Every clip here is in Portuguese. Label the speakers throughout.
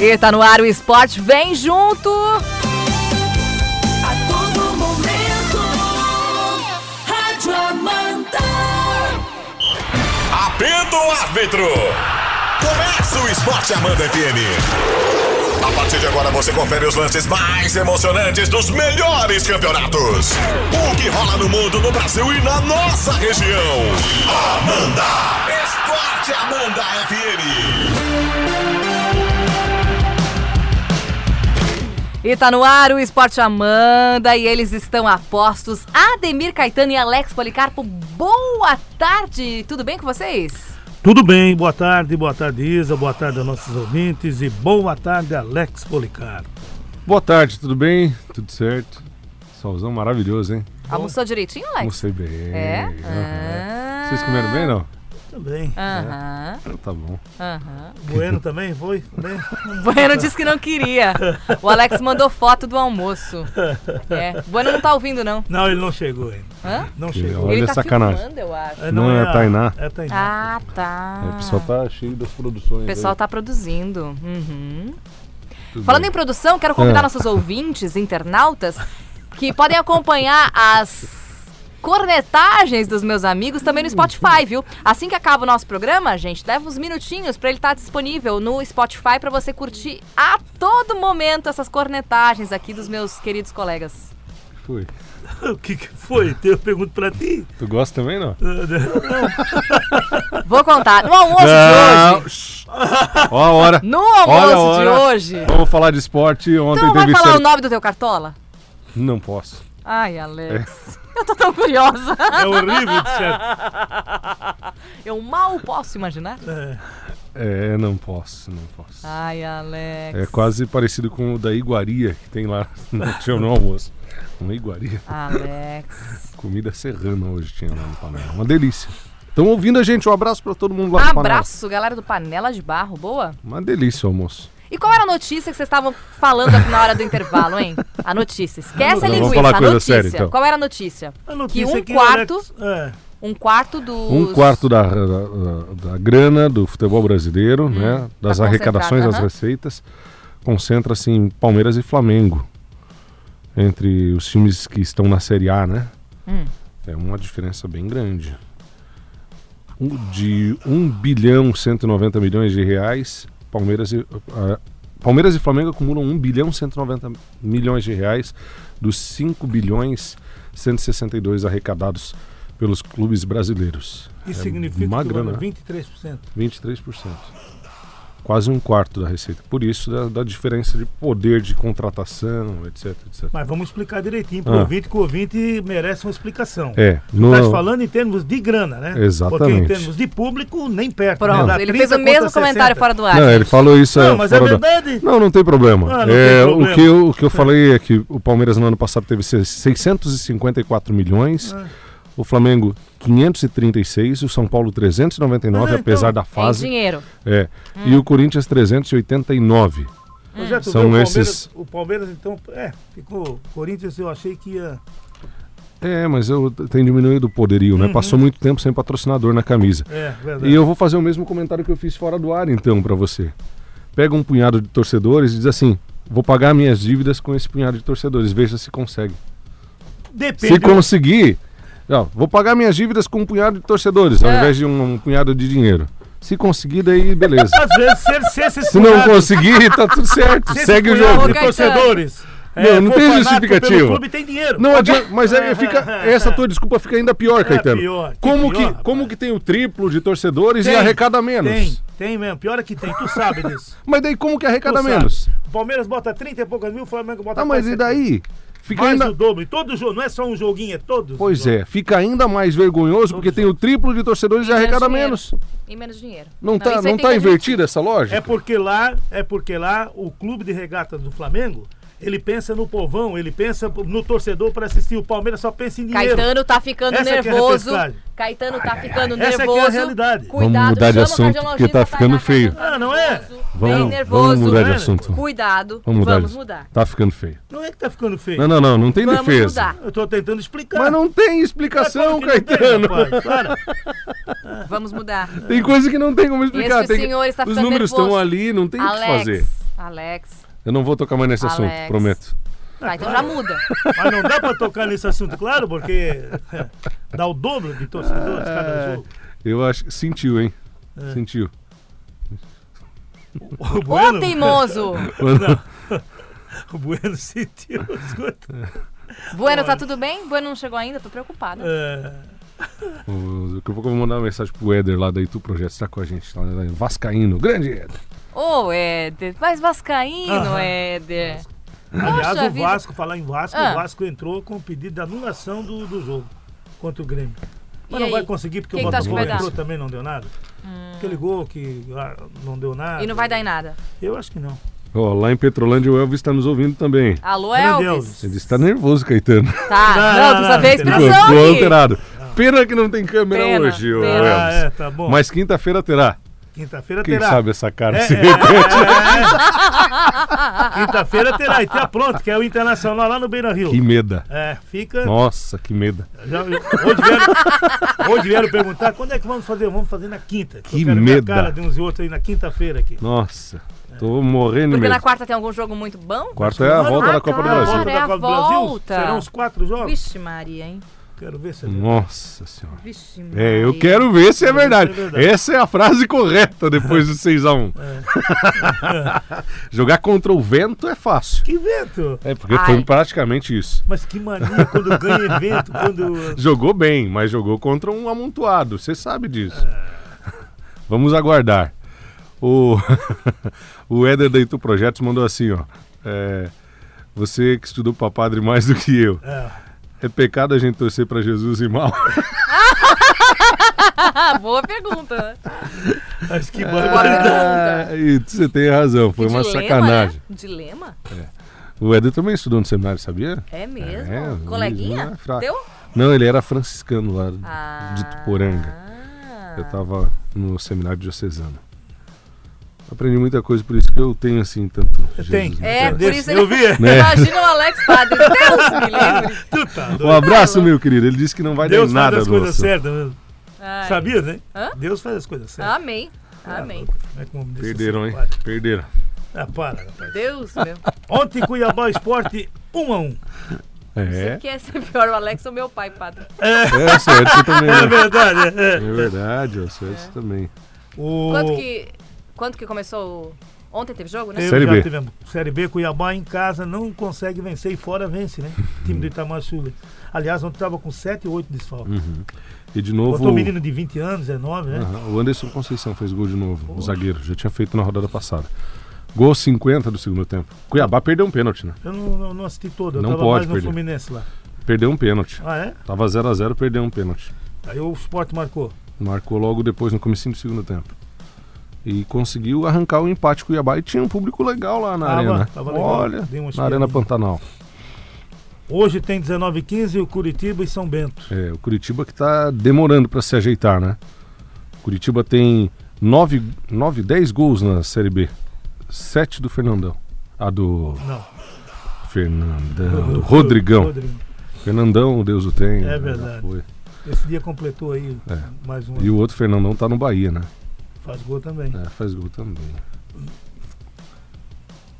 Speaker 1: E tá no ar o esporte, vem junto!
Speaker 2: A todo momento, Rádio Amanda.
Speaker 3: Apita o árbitro! Começa o Esporte Amanda FM! A partir de agora você confere os lances mais emocionantes dos melhores campeonatos. O que rola no mundo, no Brasil e na nossa região. Amanda! Esporte Amanda FM!
Speaker 1: E tá no ar o Esporte Amanda e eles estão a postos. Ademir Caetano e Alex Policarpo, boa tarde! Tudo bem com vocês?
Speaker 4: Tudo bem, boa tarde, boa tarde Isa, boa tarde a nossos ouvintes e boa tarde Alex Policarpo.
Speaker 5: Boa tarde, tudo bem? Tudo certo? Solzão maravilhoso, hein?
Speaker 1: Almoçou direitinho, Alex?
Speaker 5: Almocei bem.
Speaker 1: É?
Speaker 5: Aham. Uhum. Vocês comeram bem, não?
Speaker 4: Também.
Speaker 1: Ah. Aham,
Speaker 5: Então tá bom.
Speaker 1: aham.
Speaker 4: Bueno também foi, né?
Speaker 1: Bueno disse que não queria. O Alex mandou foto do almoço. É. Bueno não tá ouvindo, não.
Speaker 4: Não, ele não chegou ainda.
Speaker 1: Hã?
Speaker 4: Não
Speaker 5: Que
Speaker 4: chegou.
Speaker 5: Olha
Speaker 1: Ele tá
Speaker 5: sacanagem.
Speaker 1: filmando, eu acho.
Speaker 5: Não,
Speaker 4: a-
Speaker 5: é a Tainá.
Speaker 4: É a Tainá.
Speaker 1: Ah, tá.
Speaker 5: É, o pessoal tá cheio das produções.
Speaker 1: O pessoal
Speaker 5: aí.
Speaker 1: tá produzindo. Uhum.
Speaker 5: Tudo
Speaker 1: Falando
Speaker 5: bem.
Speaker 1: em produção, quero convidar
Speaker 5: Ah.
Speaker 1: nossos ouvintes, internautas, que podem acompanhar as cornetagens dos meus amigos também no Spotify, viu? Assim que acaba o nosso programa, gente, leva uns minutinhos pra ele estar disponível no Spotify pra você curtir a todo momento essas cornetagens aqui dos meus queridos colegas.
Speaker 5: Foi.
Speaker 1: Ah.
Speaker 4: O que, que foi? Eu pergunto pra ti.
Speaker 5: Tu gosta também, não?
Speaker 1: Vou contar. No almoço de hoje.
Speaker 5: Shhh. Ó a hora.
Speaker 1: No
Speaker 5: Olha a
Speaker 1: almoço de
Speaker 5: hora.
Speaker 1: hoje.
Speaker 5: Vamos falar de esporte. Ontem
Speaker 1: Então vai
Speaker 5: teve
Speaker 1: falar o
Speaker 5: série-
Speaker 1: nome do teu cartola?
Speaker 5: Não posso.
Speaker 1: Ai, Alex.
Speaker 5: É.
Speaker 1: Eu tô tão curiosa.
Speaker 4: É horrível, de certo.
Speaker 1: Eu mal posso imaginar.
Speaker 4: É,
Speaker 5: É, não posso, não posso.
Speaker 1: Ai, Alex.
Speaker 5: É quase parecido com o da iguaria que tem lá no Tio no Almoço. Uma iguaria.
Speaker 1: Alex.
Speaker 5: Comida serrana hoje tinha lá no Panela. Uma delícia. Estão ouvindo a gente? Um abraço pra todo mundo lá no Panela.
Speaker 1: Abraço, galera do Panela de Barro, boa.
Speaker 5: Uma delícia o almoço.
Speaker 1: E qual era a notícia que vocês estavam falando aqui na hora do intervalo, hein? A notícia. Esquece a
Speaker 5: Não, vamos
Speaker 1: linguiça.
Speaker 5: falar
Speaker 1: a
Speaker 5: coisa
Speaker 1: notícia.
Speaker 5: séria, então.
Speaker 1: Qual era a notícia?
Speaker 4: a notícia
Speaker 1: Que um
Speaker 4: é que o
Speaker 1: quarto-
Speaker 4: Alex- é,
Speaker 1: Um quarto dos.
Speaker 5: Um quarto da, da, da- da grana do futebol brasileiro, né? Das
Speaker 1: tá
Speaker 5: arrecadações, das
Speaker 1: concentrado, aham.
Speaker 5: receitas, concentra-se em Palmeiras e Flamengo. Entre os times que estão na Série A, né?
Speaker 1: Hum.
Speaker 5: É uma diferença bem grande. Um- De 1 bilhão e 190 milhões de reais, Palmeiras e, ah, Palmeiras e Flamengo acumulam 1 bilhão e 190 milhões de reais dos 5 bilhões 162 arrecadados pelos clubes brasileiros.
Speaker 4: Isso significa
Speaker 5: É uma
Speaker 4: que é
Speaker 5: grana.
Speaker 4: vale 23%.
Speaker 5: 23%. Quase um quarto da receita. Por isso, da, da diferença de poder de contratação, etc, etc.
Speaker 4: Mas vamos explicar direitinho pro
Speaker 5: Ah.
Speaker 4: ouvinte, que o ouvinte merece uma explicação.
Speaker 5: É,
Speaker 4: Tá te
Speaker 5: no,
Speaker 4: falando em termos de grana, né? Porque em
Speaker 5: Exatamente.
Speaker 4: termos de público, nem perto.
Speaker 1: Pronto,
Speaker 4: né? Dá
Speaker 1: ele fez o
Speaker 4: 30
Speaker 1: mesmo
Speaker 4: contra
Speaker 1: comentário
Speaker 4: 60.
Speaker 1: fora do ar.
Speaker 5: Não,
Speaker 1: gente.
Speaker 5: ele falou isso é,
Speaker 4: Não, mas é
Speaker 5: fora da-
Speaker 4: verdade.
Speaker 5: Não, não tem problema.
Speaker 4: Ah, não
Speaker 5: é,
Speaker 4: tem
Speaker 5: O,
Speaker 4: problema.
Speaker 5: que eu, o que eu falei é que o Palmeiras no ano passado teve 654 milhões,
Speaker 4: Ah.
Speaker 5: o Flamengo 536, o São Paulo 399,
Speaker 4: Mas, então,
Speaker 5: apesar da
Speaker 1: Tem
Speaker 5: fase.
Speaker 1: dinheiro.
Speaker 5: É, E o Corinthians 389.
Speaker 4: Mas já tu
Speaker 5: É. São
Speaker 4: vê, o Palmeiras-
Speaker 5: esses-
Speaker 4: O Palmeiras, então, é, ficou. Corinthians, eu achei que ia.
Speaker 5: É, mas eu tem diminuído o poderio,
Speaker 4: Uhum.
Speaker 5: né? Passou muito tempo sem patrocinador na camisa.
Speaker 4: É, verdade.
Speaker 5: E eu vou fazer o mesmo comentário que eu fiz fora do ar, então, pra você. Pega um punhado de torcedores e diz assim: vou pagar minhas dívidas com esse punhado de torcedores, veja se consegue.
Speaker 4: Depende.
Speaker 5: Se conseguir, ó, vou pagar minhas dívidas com um punhado de torcedores, ao
Speaker 1: É.
Speaker 5: invés de um, um punhado de dinheiro. Se conseguir, daí beleza.
Speaker 4: Às vezes, ser, ser esses
Speaker 5: Se não
Speaker 4: punhados-
Speaker 5: conseguir, tá tudo certo.
Speaker 4: se esses
Speaker 5: Segue o
Speaker 4: punhados
Speaker 5: jogo.
Speaker 4: de torcedores. É,
Speaker 5: Não, não
Speaker 4: for
Speaker 5: tem
Speaker 4: fanático
Speaker 5: justificativa.
Speaker 4: pelo clube tem dinheiro.
Speaker 5: Não adianta, mas aí fica, essa tua desculpa fica ainda pior, Caetano.
Speaker 4: É pior, que
Speaker 5: como
Speaker 4: pior,
Speaker 5: que,
Speaker 4: rapaz.
Speaker 5: como que tem o triplo de torcedores e
Speaker 4: Tem,
Speaker 5: arrecada menos?
Speaker 4: Tem, tem mesmo. Pior é que tem. Tu sabe disso.
Speaker 5: Mas daí como que
Speaker 4: Tu
Speaker 5: arrecada
Speaker 4: sabe.
Speaker 5: menos?
Speaker 4: O Palmeiras bota 30 e poucas mil, o Flamengo bota
Speaker 5: Tá, mas
Speaker 4: quase
Speaker 5: e daí? Fica
Speaker 4: é Mais um
Speaker 5: ainda...
Speaker 4: o dobro. E todo jogo, não é só um joguinho, é todos. os
Speaker 5: Pois
Speaker 4: jogos.
Speaker 5: é, fica ainda mais vergonhoso porque tem o triplo de torcedores e
Speaker 1: menos
Speaker 5: arrecada
Speaker 1: dinheiro.
Speaker 5: menos.
Speaker 1: E menos dinheiro.
Speaker 5: Não, tá,
Speaker 1: isso aí
Speaker 5: não
Speaker 1: tem
Speaker 5: tá
Speaker 1: que admitir.
Speaker 5: invertida essa lógica?
Speaker 4: É porque lá, é porque lá o clube de regatas do Flamengo, ele pensa no povão, ele pensa no torcedor para assistir o Palmeiras, só pensa em dinheiro.
Speaker 1: Caetano tá ficando
Speaker 4: Essa aqui é a
Speaker 1: nervoso.
Speaker 4: repescagem.
Speaker 1: Caetano tá ficando
Speaker 4: ai. Essa aqui é a
Speaker 1: nervoso.
Speaker 4: realidade.
Speaker 1: Cuidado,
Speaker 5: Vamos mudar de
Speaker 1: chama o
Speaker 5: assunto, porque
Speaker 1: cardiologista,
Speaker 5: tá ficando
Speaker 1: sai da
Speaker 5: feio.
Speaker 1: casa
Speaker 4: Ah, não é?
Speaker 1: nervoso, Bem
Speaker 5: Vamos,
Speaker 1: nervoso.
Speaker 5: vamos mudar de
Speaker 4: né?
Speaker 5: assunto.
Speaker 1: Cuidado.
Speaker 5: Vamos mudar.
Speaker 1: Vamos
Speaker 5: de-
Speaker 1: mudar.
Speaker 5: Tá ficando feio.
Speaker 4: Não é que tá ficando feio.
Speaker 5: Não, não, não, não tem
Speaker 1: Vamos
Speaker 5: defesa.
Speaker 1: mudar.
Speaker 4: Eu tô tentando explicar.
Speaker 5: Mas não tem
Speaker 4: Mas claro
Speaker 5: explicação,
Speaker 4: que não tem,
Speaker 5: Caetano.
Speaker 4: rapaz, para.
Speaker 1: Vamos mudar.
Speaker 5: Tem coisa que não tem como explicar.
Speaker 1: Esse
Speaker 5: tem que-
Speaker 1: senhor está
Speaker 5: Os
Speaker 1: ficando
Speaker 5: números
Speaker 1: nervoso.
Speaker 5: estão ali, não tem o que
Speaker 1: Alex,
Speaker 5: fazer.
Speaker 4: É
Speaker 1: Alex.
Speaker 5: Eu não vou tocar mais nesse
Speaker 1: Alex.
Speaker 5: assunto, prometo.
Speaker 1: Tá, então já muda.
Speaker 4: Mas não dá pra tocar nesse assunto, claro, porque é, dá o dobro de torcedores
Speaker 5: Ah.
Speaker 4: cada jogo.
Speaker 5: Eu acho. Sentiu, hein?
Speaker 1: É.
Speaker 5: Sentiu.
Speaker 4: O
Speaker 1: Ô, teimoso!
Speaker 4: o Bueno sentiu os gotas.
Speaker 1: Bueno, tá tudo bem? Bueno não chegou ainda, tô preocupada.
Speaker 4: É,
Speaker 5: O- Daqui a pouco eu vou mandar uma mensagem pro Éder lá da Itu Projeto, tá com a gente lá, lá em Vascaíno. Grande Éder.
Speaker 1: Ô, Éder, mas vascaíno,
Speaker 4: Aham.
Speaker 1: Éder.
Speaker 4: Ah. Aliás,
Speaker 1: Poxa
Speaker 4: o
Speaker 1: vida.
Speaker 4: Vasco, falar em Vasco,
Speaker 1: Ah.
Speaker 4: o Vasco entrou com o pedido de anulação do, do jogo contra o Grêmio. Mas
Speaker 1: E
Speaker 4: não
Speaker 1: aí?
Speaker 4: vai conseguir porque
Speaker 1: Quem
Speaker 4: o
Speaker 1: tu acha que
Speaker 4: Botafogo
Speaker 1: vai dar? Hum.
Speaker 4: entrou também, não deu nada. Aquele gol que ah, não deu nada.
Speaker 1: E não vai dar em nada.
Speaker 4: Eu acho que não.
Speaker 5: Ó, lá em Petrolândia o Elvis tá nos ouvindo também.
Speaker 1: Alô,
Speaker 4: Grande
Speaker 1: Elvis.
Speaker 5: Ele está nervoso, Caetano.
Speaker 1: Tá,
Speaker 4: Não,
Speaker 1: não,
Speaker 4: não,
Speaker 1: precisa ver a
Speaker 4: não, não,
Speaker 5: Ficou
Speaker 1: expressão
Speaker 5: ficou
Speaker 1: aqui.
Speaker 5: alterado. Pena que não tem câmera
Speaker 1: Pena,
Speaker 5: hoje, ô
Speaker 1: pena.
Speaker 5: Elvis.
Speaker 4: Ah, é, tá bom.
Speaker 5: Mas quinta-feira terá.
Speaker 4: Quinta-feira
Speaker 5: Quem
Speaker 4: terá.
Speaker 5: sabe essa cara
Speaker 4: É,
Speaker 5: se
Speaker 4: é, é, é. Quinta-feira terá, e tá pronto, que é o Internacional lá no Beira Rio.
Speaker 5: Que meda.
Speaker 4: É, fica.
Speaker 5: Nossa, que meda.
Speaker 4: Já, hoje, vieram, hoje vieram perguntar quando é que vamos fazer? Vamos fazer na quinta. Eu
Speaker 5: Que
Speaker 4: quero ver
Speaker 5: medo.
Speaker 4: a cara de uns e outros aí na quinta-feira aqui.
Speaker 5: Nossa. Tô morrendo
Speaker 1: Porque
Speaker 5: mesmo.
Speaker 1: na quarta tem algum jogo muito bom?
Speaker 5: Quarta é a volta
Speaker 1: Ah,
Speaker 5: da Copa do
Speaker 1: cara.
Speaker 5: Brasil.
Speaker 1: é a volta.
Speaker 4: Serão os quatro jogos?
Speaker 1: Vixe Maria, hein?
Speaker 4: Quero ver se é verdade.
Speaker 5: Nossa senhora.
Speaker 1: Vixe Maria.
Speaker 5: É, eu quero ver se é verdade.
Speaker 4: é verdade. É.
Speaker 5: Essa é a frase correta depois do 6x1. Jogar contra o vento é fácil.
Speaker 4: Que vento!
Speaker 5: É, porque
Speaker 1: Ai.
Speaker 5: foi praticamente isso.
Speaker 4: Mas que mania quando ganha evento, quando.
Speaker 5: Jogou bem, mas jogou contra um amontoado. Você sabe disso. Vamos aguardar. O, o Éder da Itu Projetos mandou assim, ó. É, você que estudou pra padre mais do que eu.
Speaker 4: É.
Speaker 5: É pecado a gente torcer pra Jesus ir mal?
Speaker 1: Ah, boa pergunta.
Speaker 4: Mas
Speaker 5: É.
Speaker 4: que barbaridade.
Speaker 5: Ah, e você tem razão, foi
Speaker 1: Que
Speaker 5: uma
Speaker 1: dilema,
Speaker 5: sacanagem.
Speaker 1: Né? Dilema?
Speaker 5: O Éder também estudou no seminário, sabia?
Speaker 1: É mesmo?
Speaker 5: É, o
Speaker 1: Coleguinha?
Speaker 5: Luiz é fraco.
Speaker 1: Teu?
Speaker 5: Não, ele era franciscano lá
Speaker 1: Ah.
Speaker 5: de Tuporanga. Eu tava no seminário diocesano. Aprendi muita coisa, por isso que eu tenho assim tanto. Jesus
Speaker 4: Tem.
Speaker 5: no
Speaker 1: É,
Speaker 5: coração.
Speaker 1: por isso ele...
Speaker 4: Eu vi.
Speaker 5: Né?
Speaker 1: Imagina o Alex Padre. Deus me livre.
Speaker 4: Tu tá
Speaker 5: Um
Speaker 4: doido.
Speaker 5: abraço, meu querido. Ele disse que não vai
Speaker 4: Deus
Speaker 5: dar
Speaker 4: faz
Speaker 5: nada
Speaker 4: as
Speaker 5: do
Speaker 4: coisas
Speaker 5: assunto.
Speaker 4: certas mesmo.
Speaker 1: Ai.
Speaker 4: Sabia, né?
Speaker 1: Hã?
Speaker 4: Deus faz as coisas certas.
Speaker 1: Amém.
Speaker 5: Ah,
Speaker 1: Amém.
Speaker 4: Como é que o nome desse
Speaker 5: Perderam, hein?
Speaker 4: padre?
Speaker 5: Perderam.
Speaker 4: Ah, para, rapaz.
Speaker 1: Deus meu.
Speaker 4: Ontem Cuiabá Esporte 1 a 1
Speaker 5: É,
Speaker 1: Quer ser pior o Alex ou meu pai, Padre?
Speaker 5: é, o Sérgio também.
Speaker 4: É
Speaker 5: né?
Speaker 4: verdade, é.
Speaker 5: É verdade, o Sérgio também.
Speaker 4: O...
Speaker 1: Quanto que, quanto que começou? o- Ontem teve jogo, né?
Speaker 4: Teve,
Speaker 5: Série
Speaker 4: já
Speaker 5: B.
Speaker 4: tivemos. Série B, Cuiabá em casa não consegue vencer e fora vence, né? Time
Speaker 5: Uhum.
Speaker 4: do Itamaçula. Aliás, ontem estava com 7 ou 8 desfalques.
Speaker 5: E de
Speaker 4: Botou um
Speaker 5: novo.
Speaker 4: menino de 20 anos, 19, né?
Speaker 5: Aham, O Anderson Conceição fez gol de novo, o zagueiro. Já tinha feito na rodada passada. Gol 50 do segundo tempo. Cuiabá perdeu um pênalti, né?
Speaker 4: Eu não, não- não assisti todo, eu
Speaker 5: Não
Speaker 4: tava mais
Speaker 5: pode
Speaker 4: no
Speaker 5: perder.
Speaker 4: Fluminense lá.
Speaker 5: Perdeu um pênalti.
Speaker 4: Ah, é?
Speaker 5: Tava 0 a 0 perdeu um pênalti.
Speaker 4: Aí o Sport marcou.
Speaker 5: Marcou logo depois, no comecinho do segundo tempo. E conseguiu arrancar o empate com o Cuiabá. E tinha um público legal lá na
Speaker 4: Tava,
Speaker 5: arena.
Speaker 4: tava legal. um
Speaker 5: Olha,
Speaker 4: Dei uma
Speaker 5: na Arena
Speaker 4: espiadinha.
Speaker 5: Pantanal.
Speaker 4: Hoje tem 19 e 15, o Curitiba e São Bento.
Speaker 5: É, o Curitiba que tá demorando para se ajeitar, né? O Curitiba tem 9, 9, 10 gols na Série B. 7 do Fernandão. Ah, do
Speaker 4: Não.
Speaker 5: Fernandão. Do Ah, Rodrigão.
Speaker 4: Rodrigo.
Speaker 5: Fernandão, Deus o tenha.
Speaker 4: É
Speaker 5: já
Speaker 4: verdade.
Speaker 5: foi.
Speaker 4: Esse dia completou aí
Speaker 5: É.
Speaker 4: mais um.
Speaker 5: E o outro Fernandão tá no Bahia, né?
Speaker 4: Faz gol também.
Speaker 5: É, faz gol também.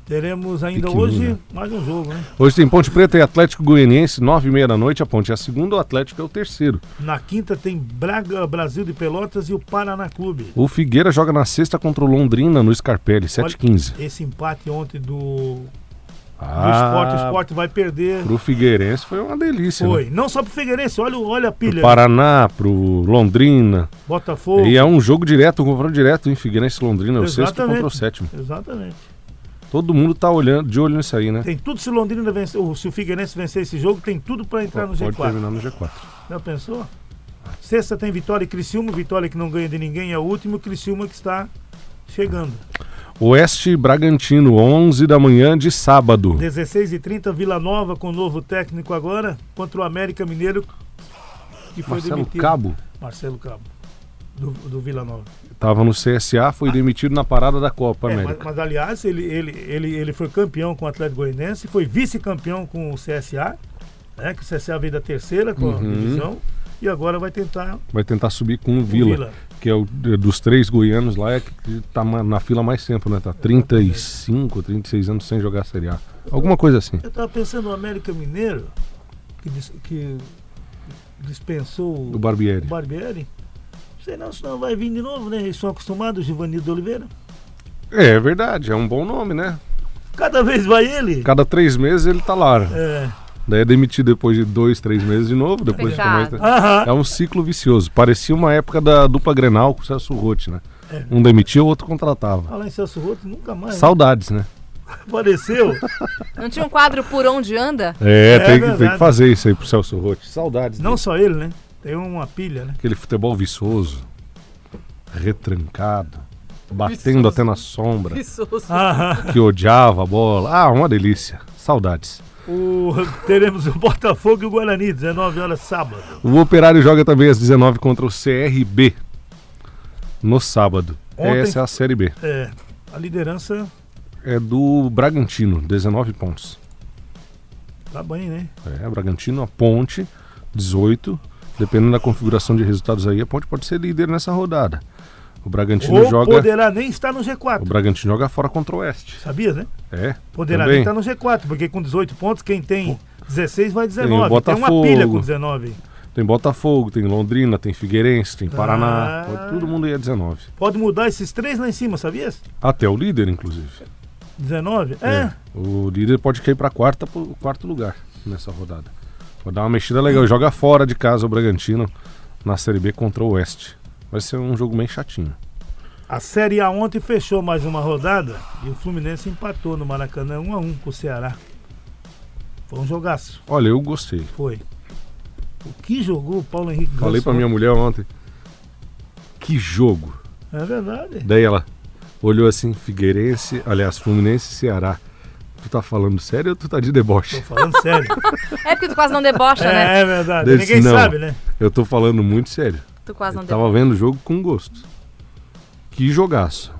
Speaker 4: Teremos ainda
Speaker 5: Pequenino,
Speaker 4: hoje mais um jogo, né?
Speaker 5: Hoje tem Ponte Preta e Atlético Goianiense, 9 e meia da noite. A Ponte é a segunda, o Atlético é o terceiro.
Speaker 4: Na quinta tem Braga, Brasil de Pelotas e o Paraná Clube.
Speaker 5: O Figueira joga na sexta contra o Londrina no Scarpelli, 7 e 15.
Speaker 4: Esse empate ontem do, do esporte, o
Speaker 5: Ah,
Speaker 4: esporte vai perder.
Speaker 5: pro Figueirense foi uma delícia, né?
Speaker 4: Foi. Não só pro Figueirense, olha, o- olha a
Speaker 5: Pro
Speaker 4: pilha.
Speaker 5: Paraná, pro Londrina.
Speaker 4: Botafogo.
Speaker 5: E é um jogo direto, um confronto direto, hein? Figueirense e Londrina, é o sexto
Speaker 4: Exatamente.
Speaker 5: contra o sétimo.
Speaker 4: Exatamente.
Speaker 5: Todo mundo tá olhando, de olho nisso aí, né?
Speaker 4: Tem tudo se o Londrina vencer, ou se o Figueirense vencer esse jogo, tem tudo pra entrar no
Speaker 5: Pode
Speaker 4: G4.
Speaker 5: terminar no G4.
Speaker 4: Já pensou? Sexta tem Vitória e Criciúma, Vitória que não ganha de ninguém é o último, Criciúma que está chegando.
Speaker 5: Oeste e Bragantino, 11 da manhã de sábado.
Speaker 4: 16h30, Vila Nova com o novo técnico agora, contra o América Mineiro, que foi
Speaker 5: Marcelo
Speaker 4: demitido.
Speaker 5: Cabo
Speaker 4: Marcelo Cabo, do, do Vila Nova.
Speaker 5: tava no CSA, foi demitido na parada da Copa
Speaker 4: Ah. É, mas,
Speaker 5: América.
Speaker 4: mas, aliás, ele, ele, ele, ele foi campeão com o Atlético Goianense,
Speaker 5: Uhum.
Speaker 4: foi vice-campeão com o CSA, né, que o CSA veio da terceira com a divisão, E agora vai tentar.
Speaker 5: Vai tentar subir com o Vila,
Speaker 4: Vila.
Speaker 5: que é o dos três goianos lá, é que- que tá ma- na fila há mais tempo, né? Tá 35, 36 anos sem jogar a Série A. Alguma coisa assim.
Speaker 4: Eu tava pensando no América Mineiro, que, dis- que dispensou
Speaker 5: Do
Speaker 4: o
Speaker 5: Barbieri.
Speaker 4: Barbieri. Sei não, senão vai vir de novo, né? Eles são acostumados, Givanildo Oliveira.
Speaker 5: É verdade, é um bom nome, né?
Speaker 4: Cada vez vai ele.
Speaker 5: Cada três meses ele tá lá.
Speaker 4: É.
Speaker 5: Daí é demitido depois de dois, três meses de novo, depois
Speaker 1: Coitado.
Speaker 5: começa.
Speaker 4: Aham.
Speaker 5: É um ciclo vicioso. Parecia uma época da dupla Grenal com o Celso Rotti, né? Um demitia, o outro contratava.
Speaker 4: Falar em Celso Roto, nunca mais
Speaker 5: Saudades, né?
Speaker 4: apareceu.
Speaker 1: Não tinha um quadro por onde anda?
Speaker 5: É,
Speaker 4: É
Speaker 5: tem, que- tem que
Speaker 4: verdade.
Speaker 5: fazer isso aí pro Celso Rotti. Saudades.
Speaker 4: Não
Speaker 5: dele.
Speaker 4: só ele, né? Tem uma pilha, né?
Speaker 5: Aquele futebol viçoso, retrancado, batendo até na sombra,
Speaker 4: Aham.
Speaker 5: que odiava a bola. Ah, uma delícia. Saudades.
Speaker 4: O, teremos o Botafogo e o Guarani, 19 horas sábado.
Speaker 5: O Operário joga também às 19 contra o CRB no sábado.
Speaker 4: Ontem-
Speaker 5: Essa é a Série B.
Speaker 4: É, a liderança
Speaker 5: É do Bragantino, 19 pontos.
Speaker 4: tá bem, né?
Speaker 5: É, Bragantino, a Ponte, 18. Dependendo da configuração de resultados aí, a Ponte pode ser líder nessa rodada. O Bragantino
Speaker 4: Ou
Speaker 5: joga.
Speaker 4: poderá nem estar no
Speaker 5: O
Speaker 4: G4.
Speaker 5: Bragantino joga fora contra o Oeste.
Speaker 4: Sabia, né?
Speaker 5: É.
Speaker 4: Poderá nem
Speaker 5: também.
Speaker 4: estar no G4, porque com 18 pontos, quem tem 16 vai 19. tem uma
Speaker 5: Botafogo.
Speaker 4: pilha com 19.
Speaker 5: Tem Botafogo, tem Londrina, tem Figueirense, tem Paraná.
Speaker 4: Ah.
Speaker 5: Pode- Todo mundo ia 19.
Speaker 4: Pode mudar esses três lá em cima, sabias?
Speaker 5: Até o líder, inclusive.
Speaker 4: 19? É.
Speaker 5: O líder pode cair para quarta, pro quarto lugar nessa rodada. Pode dar uma mexida legal. Joga fora de casa o Bragantino na Série B contra o Oeste. Vai ser um jogo bem chatinho.
Speaker 4: A Série A ontem fechou mais uma rodada e o Fluminense empatou no Maracanã 1 a 1 com o Ceará. Foi um jogaço,
Speaker 5: Olha, eu gostei.
Speaker 4: foi. O que jogou o Paulo Henrique
Speaker 5: Falei
Speaker 4: Ganso
Speaker 5: pra minha mulher ontem. Que jogo.
Speaker 4: É verdade.
Speaker 5: Daí ela olhou assim, Figueirense, aliás, Fluminense e Ceará. Tu tá falando sério ou tu tá de
Speaker 4: Tô
Speaker 5: deboche?
Speaker 4: falando sério.
Speaker 1: É porque tu quase não debocha, né?
Speaker 4: é, é verdade.
Speaker 5: Desse
Speaker 4: Ninguém
Speaker 5: não.
Speaker 4: sabe, né?
Speaker 5: Eu tô falando muito sério.
Speaker 1: Tu quase não
Speaker 5: Eu tava vendo o jogo com gosto. Que jogaço.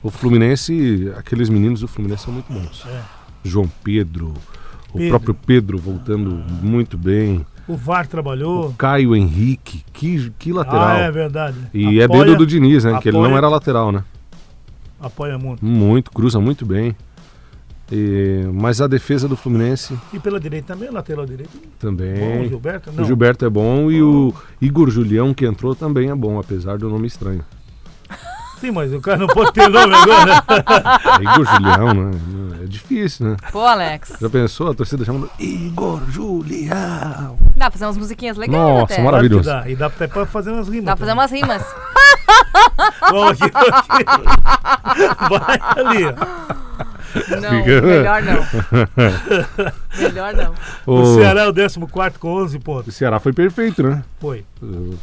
Speaker 5: O Fluminense, aqueles meninos do Fluminense são muito bons. João Pedro, o
Speaker 4: É. Pedro. Ah.
Speaker 5: próprio Pedro voltando muito bem.
Speaker 4: O VAR trabalhou.
Speaker 5: Caio Henrique, que, que lateral.
Speaker 4: Ah, é verdade.
Speaker 5: E é
Speaker 4: Apoia-
Speaker 5: dedo do Diniz, né? Que ele não
Speaker 4: apoia-
Speaker 5: era lateral, né?
Speaker 4: Apoia muito.
Speaker 5: Muito, cruza muito bem. E- mas a defesa do Fluminense
Speaker 4: E pela direita também, lateral direito. Bom, o
Speaker 5: também.
Speaker 4: Gilberto? Não.
Speaker 5: o Gilberto é bom e o Igor Julião, que entrou, também é bom, apesar do nome estranho.
Speaker 4: Sim, mas o cara não pode ter nome agora. né?
Speaker 5: É Igor Julião, né? É difícil, né?
Speaker 1: Pô, Alex.
Speaker 5: Já pensou? A torcida chamando Igor Julião.
Speaker 1: Dá pra fazer umas musiquinhas legais
Speaker 5: Nossa,
Speaker 1: até.
Speaker 5: maravilha.
Speaker 4: Claro que
Speaker 5: Maravilhoso.
Speaker 4: Dá. E dá até pra fazer umas rimas.
Speaker 1: Dá pra fazer umas rimas.
Speaker 4: Ó, aqui, ó, aqui. Vai ali, ó.
Speaker 1: Não,
Speaker 5: Fica-
Speaker 1: melhor não. melhor não.
Speaker 4: O
Speaker 5: O,
Speaker 4: Ceará é o 14 com 11
Speaker 5: o
Speaker 4: pontos.
Speaker 5: Ceará foi perfeito, né?
Speaker 4: Foi.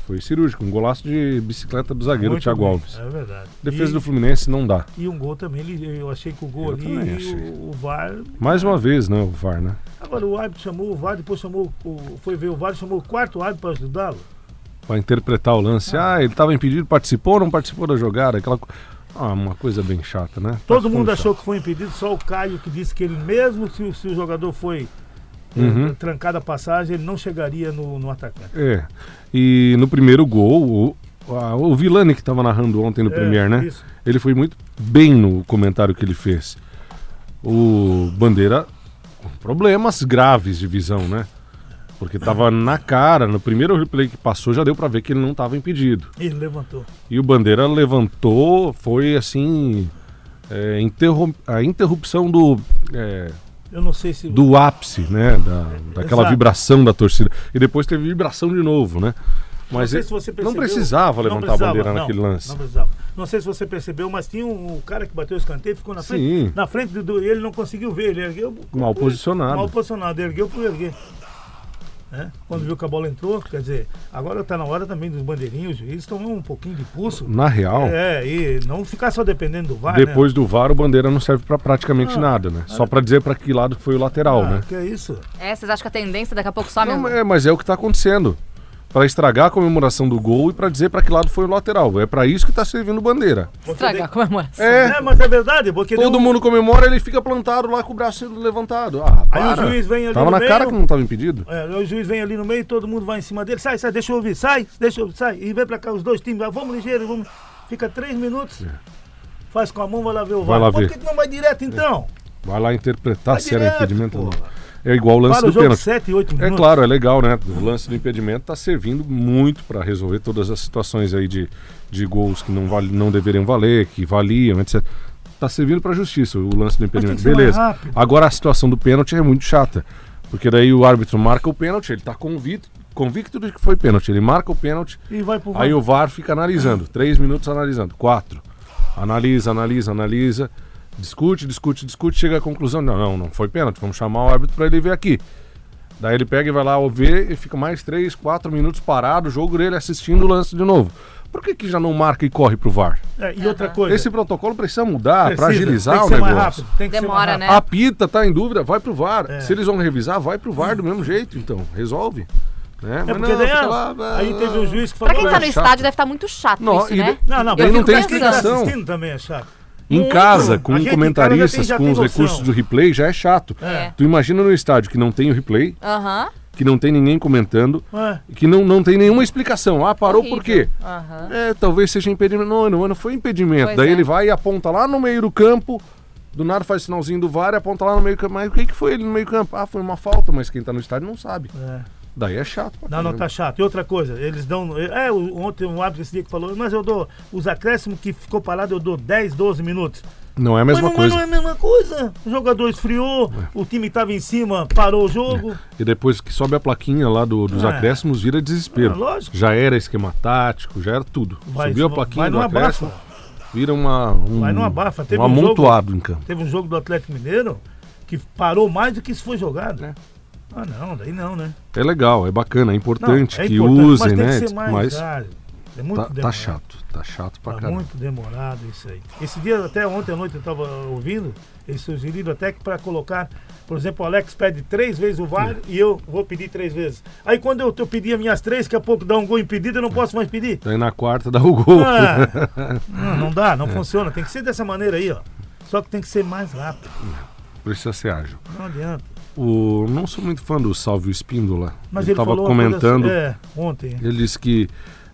Speaker 5: Foi cirúrgico. Um golaço de bicicleta do zagueiro
Speaker 4: Muito
Speaker 5: Thiago
Speaker 4: bem.
Speaker 5: Alves.
Speaker 4: É verdade.
Speaker 5: Defesa
Speaker 4: e,
Speaker 5: do Fluminense não dá.
Speaker 4: e um gol também. ele- Eu achei que o gol
Speaker 5: Eu também
Speaker 4: ali,
Speaker 5: achei.
Speaker 4: o, o VAR.
Speaker 5: Mais uma vez, né? O VAR, né?
Speaker 4: Agora o árbitro chamou o VAR, depois chamou. O, foi ver o VAR, chamou o quarto árbitro para ajudá-lo.
Speaker 5: Pra interpretar o lance. Ah, ele tava impedido, participou ou não participou da jogada? Aquela... co- Ah, uma coisa bem chata, né? Tá
Speaker 4: Todo
Speaker 5: ficando
Speaker 4: mundo
Speaker 5: chato.
Speaker 4: achou que foi impedido, só o Caio que disse que ele, mesmo se, o- se o jogador foi eh,
Speaker 5: Uhum.
Speaker 4: trancado a passagem, ele não chegaria no, no atacante.
Speaker 5: É. E no primeiro gol, o, a- o Vilani que estava narrando ontem no
Speaker 4: É,
Speaker 5: Premier, né?
Speaker 4: isso.
Speaker 5: Ele foi muito bem no comentário que ele fez. O Bandeira com problemas graves de visão, né? Porque tava na cara, no primeiro replay que passou já deu pra ver que ele não tava impedido.
Speaker 4: Ele levantou.
Speaker 5: E o Bandeira levantou, foi assim. é, interrom- a interrupção do. é,
Speaker 4: Eu não sei se.
Speaker 5: do ápice, né? Da, daquela
Speaker 4: Exato.
Speaker 5: vibração da torcida. E depois teve vibração de novo, né? Mas
Speaker 4: sei
Speaker 5: ele-
Speaker 4: se você
Speaker 5: não
Speaker 4: percebeu,
Speaker 5: precisava
Speaker 4: não
Speaker 5: levantar a
Speaker 4: precisava,
Speaker 5: bandeira
Speaker 4: não,
Speaker 5: naquele lance.
Speaker 4: Não precisava. Não sei se você percebeu, mas tinha um, um cara que bateu o escanteio, ficou na
Speaker 5: Sim.
Speaker 4: frente, na frente do- do. Ele não conseguiu ver, ele ergueu.
Speaker 5: Mal posicionado.
Speaker 4: Mal posicionado, ergueu por erguer. Né? Quando viu que a bola entrou, quer dizer, agora está na hora também dos bandeirinhos, os juízes tomar um pouquinho de pulso.
Speaker 5: Na real,
Speaker 4: É, e não ficar só dependendo do VAR. né?
Speaker 5: depois do VAR, o bandeira não serve pra praticamente nada, né? Só pra dizer pra que lado foi o lateral,
Speaker 4: Ah,
Speaker 5: né?
Speaker 4: Que é isso?
Speaker 1: É, vocês acham que a tendência daqui a pouco some?
Speaker 5: Não, é, mas é o que tá acontecendo. para estragar a comemoração do gol e para dizer para que lado foi o lateral. É para isso que está servindo bandeira.
Speaker 1: Estragar a comemoração.
Speaker 5: É,
Speaker 4: É, mas é verdade, porque
Speaker 5: todo
Speaker 4: deu-
Speaker 5: mundo comemora, ele fica plantado lá com o braço levantado. Ah,
Speaker 4: Aí o
Speaker 5: para.
Speaker 4: juiz vem ali
Speaker 5: Tava
Speaker 4: no
Speaker 5: na cara
Speaker 4: meio.
Speaker 5: que não tava impedido.
Speaker 4: É, o juiz vem ali no meio, todo mundo vai em cima dele. Sai, sai, deixa eu ouvir, sai, deixa eu ouvir, sai. E vem pra cá os dois times, lá, vamos ligeiro, vamos. Fica três minutos, faz com a mão, vai lá ver o
Speaker 5: É. Vai
Speaker 4: VAR.
Speaker 5: lá
Speaker 4: Por
Speaker 5: ver. É.
Speaker 4: que que não vai direto então?
Speaker 5: Vai lá interpretar
Speaker 4: Vai
Speaker 5: se era
Speaker 4: direto,
Speaker 5: impedimento ou não.
Speaker 4: porra.
Speaker 5: É igual o lance
Speaker 4: Para o
Speaker 5: do
Speaker 4: jogo,
Speaker 5: pênalti.
Speaker 4: sete, oito
Speaker 5: É
Speaker 4: minutos.
Speaker 5: claro, é legal, né? O lance do impedimento tá servindo muito para resolver todas as situações aí de, de gols que não, vale, não deveriam valer, que valiam, etc. Tá servindo para justiça o lance do
Speaker 4: tem que
Speaker 5: impedimento.
Speaker 4: ser mais
Speaker 5: Beleza.
Speaker 4: rápido.
Speaker 5: Agora a situação do pênalti é muito chata. Porque daí o árbitro marca o pênalti, ele tá convicto, convicto de que foi pênalti. Ele marca o pênalti,
Speaker 4: E vai pro VAR.
Speaker 5: Aí o VAR fica analisando, três minutos analisando, quatro. Analisa, analisa, analisa, discute, discute, discute, chega à conclusão, não, não, não foi pênalti, vamos chamar o árbitro para ele ver aqui. Daí ele pega e vai lá ver e fica mais três, quatro minutos parado, o jogo dele assistindo o lance de novo. Por que, que já não marca e corre pro VAR?
Speaker 4: É, e outra coisa.
Speaker 5: Esse protocolo precisa mudar
Speaker 4: precisa,
Speaker 5: para agilizar
Speaker 4: tem que
Speaker 5: o
Speaker 4: ser mais
Speaker 5: negócio.
Speaker 4: rápido, tem que ser mais
Speaker 1: Demora,
Speaker 4: rápido.
Speaker 1: né?
Speaker 5: A pita tá em dúvida, vai pro VAR.
Speaker 4: É.
Speaker 5: Se eles vão revisar, vai pro VAR do mesmo jeito, então. Resolve. Né?
Speaker 4: É
Speaker 5: Mas
Speaker 4: porque
Speaker 5: não,
Speaker 4: daí,
Speaker 5: fica
Speaker 4: ah,
Speaker 5: lá,
Speaker 4: aí
Speaker 5: ah,
Speaker 4: teve um juiz que falou.
Speaker 1: Pra quem tá no
Speaker 5: é chato.
Speaker 1: estádio deve estar muito chato
Speaker 5: Não,
Speaker 1: isso,
Speaker 5: e
Speaker 1: né?
Speaker 5: de-
Speaker 4: Não, não,
Speaker 1: Eu
Speaker 5: daí
Speaker 1: fico
Speaker 5: não tem
Speaker 1: pensando.
Speaker 4: Quem tá
Speaker 5: explicação.
Speaker 4: assistindo também é chato.
Speaker 5: Em casa, com
Speaker 4: A gente,
Speaker 5: comentaristas,
Speaker 4: cara, já tem- já
Speaker 5: com os
Speaker 4: tem
Speaker 5: recursos
Speaker 4: noção.
Speaker 5: do replay, já é chato.
Speaker 1: É.
Speaker 5: Tu imagina no estádio que não tem o replay,
Speaker 1: Aham.
Speaker 5: que não tem ninguém comentando,
Speaker 4: É.
Speaker 5: que não, não tem nenhuma explicação. Ah, parou por quê?
Speaker 1: Horrível. Aham.
Speaker 5: É, talvez seja impedimento. Não, não, não foi impedimento.
Speaker 1: Pois
Speaker 5: Daí
Speaker 1: é.
Speaker 5: ele vai e aponta lá no meio do campo, do nada faz sinalzinho do VAR e aponta lá no meio do campo. Mas o que, que foi ele no meio do campo? Ah, foi uma falta, mas quem tá no estádio não sabe.
Speaker 4: É.
Speaker 5: Daí é chato. pra
Speaker 4: Não, não
Speaker 5: caramba.
Speaker 4: tá chato. E outra coisa, eles dão. É, o- ontem um árbitro esse dia que falou, mas eu dou. Os acréscimos que ficou parado, eu dou 10, 12 minutos.
Speaker 5: Não é a
Speaker 4: Mas
Speaker 5: mesma
Speaker 4: não, tá. mas
Speaker 5: coisa. É.
Speaker 4: não é a mesma coisa. O jogador esfriou, o time tava em cima, parou o jogo.
Speaker 5: E depois que sobe a plaquinha lá do- dos
Speaker 4: É.
Speaker 5: acréscimos, vira desespero.
Speaker 4: É, lógico.
Speaker 5: Já era esquema tático, já era tudo.
Speaker 4: Vai,
Speaker 5: Subiu a
Speaker 4: vai
Speaker 5: plaquinha do
Speaker 4: numa
Speaker 5: acréscimo,
Speaker 4: abafa.
Speaker 5: vira uma, um,
Speaker 4: Vai numa abafa. Teve
Speaker 5: um
Speaker 4: um jogo-
Speaker 5: amontoado em campo.
Speaker 4: Teve um jogo do Atlético Mineiro que parou mais do que se foi jogado.
Speaker 5: É.
Speaker 4: Ah, não, daí não, né?
Speaker 5: É legal, é bacana,
Speaker 4: Não,
Speaker 5: é importante
Speaker 4: é
Speaker 5: que
Speaker 4: importante,
Speaker 5: usem,
Speaker 4: mas
Speaker 5: né?
Speaker 4: Tem que ser mais
Speaker 5: mas
Speaker 4: ágil. É muito
Speaker 5: tá, tá
Speaker 4: demorado.
Speaker 5: chato, tá chato pra
Speaker 4: Tá
Speaker 5: caramba.
Speaker 4: muito demorado isso aí. Esse dia, até ontem à noite eu estava ouvindo, eles sugeriram até que para colocar, por exemplo, o Alex pede três vezes o VAR e eu vou pedir três vezes. Aí quando eu, eu pedir as minhas três, daqui a pouco dá um gol impedido, eu não posso mais pedir.
Speaker 5: Daí Então, na quarta dá o gol.
Speaker 4: Ah, não, não dá, não funciona. Tem que ser dessa maneira aí, ó. Só que tem que ser mais rápido.
Speaker 5: Precisa ser ágil.
Speaker 4: Não adianta.
Speaker 5: O, não sou muito fã do Salvio Espíndola.
Speaker 4: Mas
Speaker 5: ele
Speaker 4: ele,
Speaker 5: tava
Speaker 4: falou uma coisa
Speaker 5: comentando,
Speaker 4: assim, é, ontem.
Speaker 5: ele disse que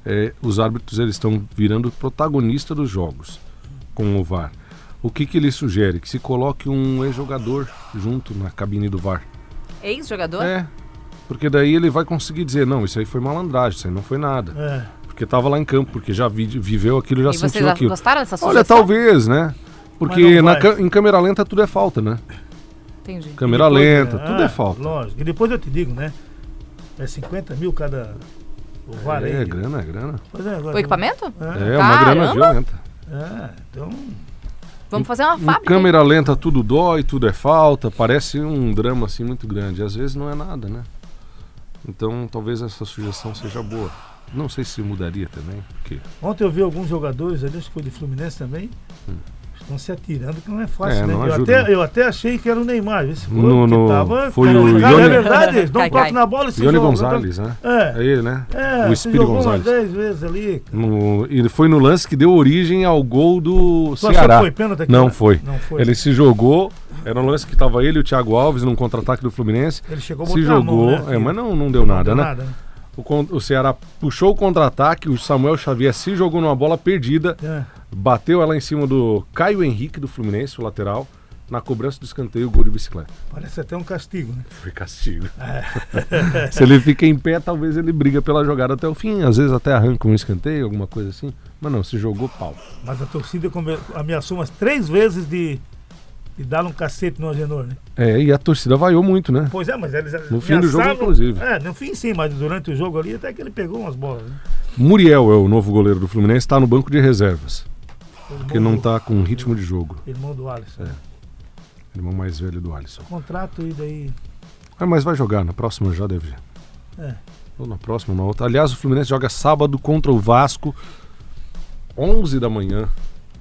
Speaker 5: é, os árbitros eles estão virando protagonista dos jogos com o VAR. O que, que ele sugere? Que se coloque um ex-jogador junto na cabine do VAR.
Speaker 1: Ex-jogador?
Speaker 5: É, porque daí ele vai conseguir dizer, não, isso aí foi malandragem, isso aí não foi nada.
Speaker 4: É.
Speaker 5: Porque tava lá em campo, porque já vi- viveu aquilo, já
Speaker 1: E vocês
Speaker 5: sentiu
Speaker 1: já
Speaker 5: aquilo.
Speaker 1: gostaram dessa sugestão?
Speaker 5: Olha, talvez, né? Porque
Speaker 4: Mas não
Speaker 5: na
Speaker 4: vai.
Speaker 5: cam- em câmera lenta tudo é falta, né?
Speaker 1: Entendi.
Speaker 5: Câmera
Speaker 4: Depois,
Speaker 5: lenta,
Speaker 4: né?
Speaker 5: tudo
Speaker 4: Ah,
Speaker 5: é falta.
Speaker 4: Lógico. E depois eu te digo, né? É 50 mil cada. O VAR
Speaker 5: É,
Speaker 4: aí.
Speaker 5: grana, é grana.
Speaker 4: Pois é, agora-
Speaker 1: O equipamento?
Speaker 5: É, uma grana
Speaker 1: Caramba!
Speaker 5: violenta.
Speaker 4: É, então.
Speaker 1: Vamos fazer uma
Speaker 5: Em
Speaker 1: fábrica.
Speaker 5: Hum, câmera lenta tudo dói, tudo é falta, parece um drama assim muito grande. Às vezes não é nada, né? Então talvez essa sugestão seja boa. Não sei se mudaria também, porque
Speaker 4: Ontem eu vi alguns jogadores ali, acho que foi de Fluminense também, estão se atirando, que não é fácil,
Speaker 5: Hum. É,
Speaker 4: né?
Speaker 5: não
Speaker 4: eu,
Speaker 5: ajuda,
Speaker 4: até,
Speaker 5: né?
Speaker 4: eu até achei que era o Neymar. Esse foi
Speaker 5: No-
Speaker 4: o que
Speaker 5: no-
Speaker 4: tava-
Speaker 5: foi
Speaker 4: tava-
Speaker 5: o
Speaker 4: Cara,
Speaker 5: Ione-
Speaker 4: É verdade, dá
Speaker 1: Cai,
Speaker 4: um
Speaker 1: cai.
Speaker 4: toque na bola e se
Speaker 5: Ione
Speaker 4: joga.
Speaker 5: Gonzalez, né? É
Speaker 4: É.
Speaker 5: ele, né?
Speaker 4: É,
Speaker 5: o
Speaker 4: se
Speaker 5: Espírito
Speaker 4: jogou umas
Speaker 5: Gonzalez.
Speaker 4: 10 vezes ali.
Speaker 5: No- e foi no lance que deu origem ao gol do
Speaker 4: Tu achou
Speaker 5: Ceará.
Speaker 4: que foi pênalti aqui,
Speaker 5: não,
Speaker 4: né?
Speaker 5: foi.
Speaker 4: Não foi.
Speaker 5: Ele se jogou. Era um lance que tava ele e o Thiago Alves num contra-ataque do Fluminense.
Speaker 4: Ele chegou a
Speaker 5: se
Speaker 4: botar a mão,
Speaker 5: jogou,
Speaker 4: né?
Speaker 5: é, mas não, não deu nada,
Speaker 4: deu
Speaker 5: né?
Speaker 4: nada, né?
Speaker 5: O, con- o Ceará puxou o contra-ataque, o Samuel Xavier se jogou numa bola perdida,
Speaker 4: É.
Speaker 5: bateu ela em cima do Caio Henrique do Fluminense, o lateral, na cobrança do escanteio, gol de bicicleta.
Speaker 4: Parece até um castigo, né?
Speaker 5: Foi castigo. se ele fica em pé, talvez ele briga pela jogada até o fim, às vezes até arranca um escanteio, alguma coisa assim. Mas não, se jogou pau.
Speaker 4: Mas a torcida come- ameaçou umas três vezes de, de dar um cacete no Agenor, né?
Speaker 5: É, e a torcida vaiou muito, né?
Speaker 4: Pois é, mas eles
Speaker 5: No fim do jogo,
Speaker 4: ameaçavam-
Speaker 5: inclusive.
Speaker 4: É, no fim sim, mas durante o jogo ali até que ele pegou umas bolas, né?
Speaker 5: Muriel é o novo goleiro do Fluminense, está no banco de reservas,
Speaker 4: Irmão
Speaker 5: porque não
Speaker 4: do-
Speaker 5: tá É. com ritmo de jogo.
Speaker 4: Irmão do Alisson.
Speaker 5: Irmão mais velho do Alisson.
Speaker 4: Contrato e daí.
Speaker 5: Ah, mas vai jogar, na próxima já deve.
Speaker 4: É.
Speaker 5: Ou na próxima, ou na outra. Aliás, o Fluminense joga sábado contra o Vasco, 11 da manhã.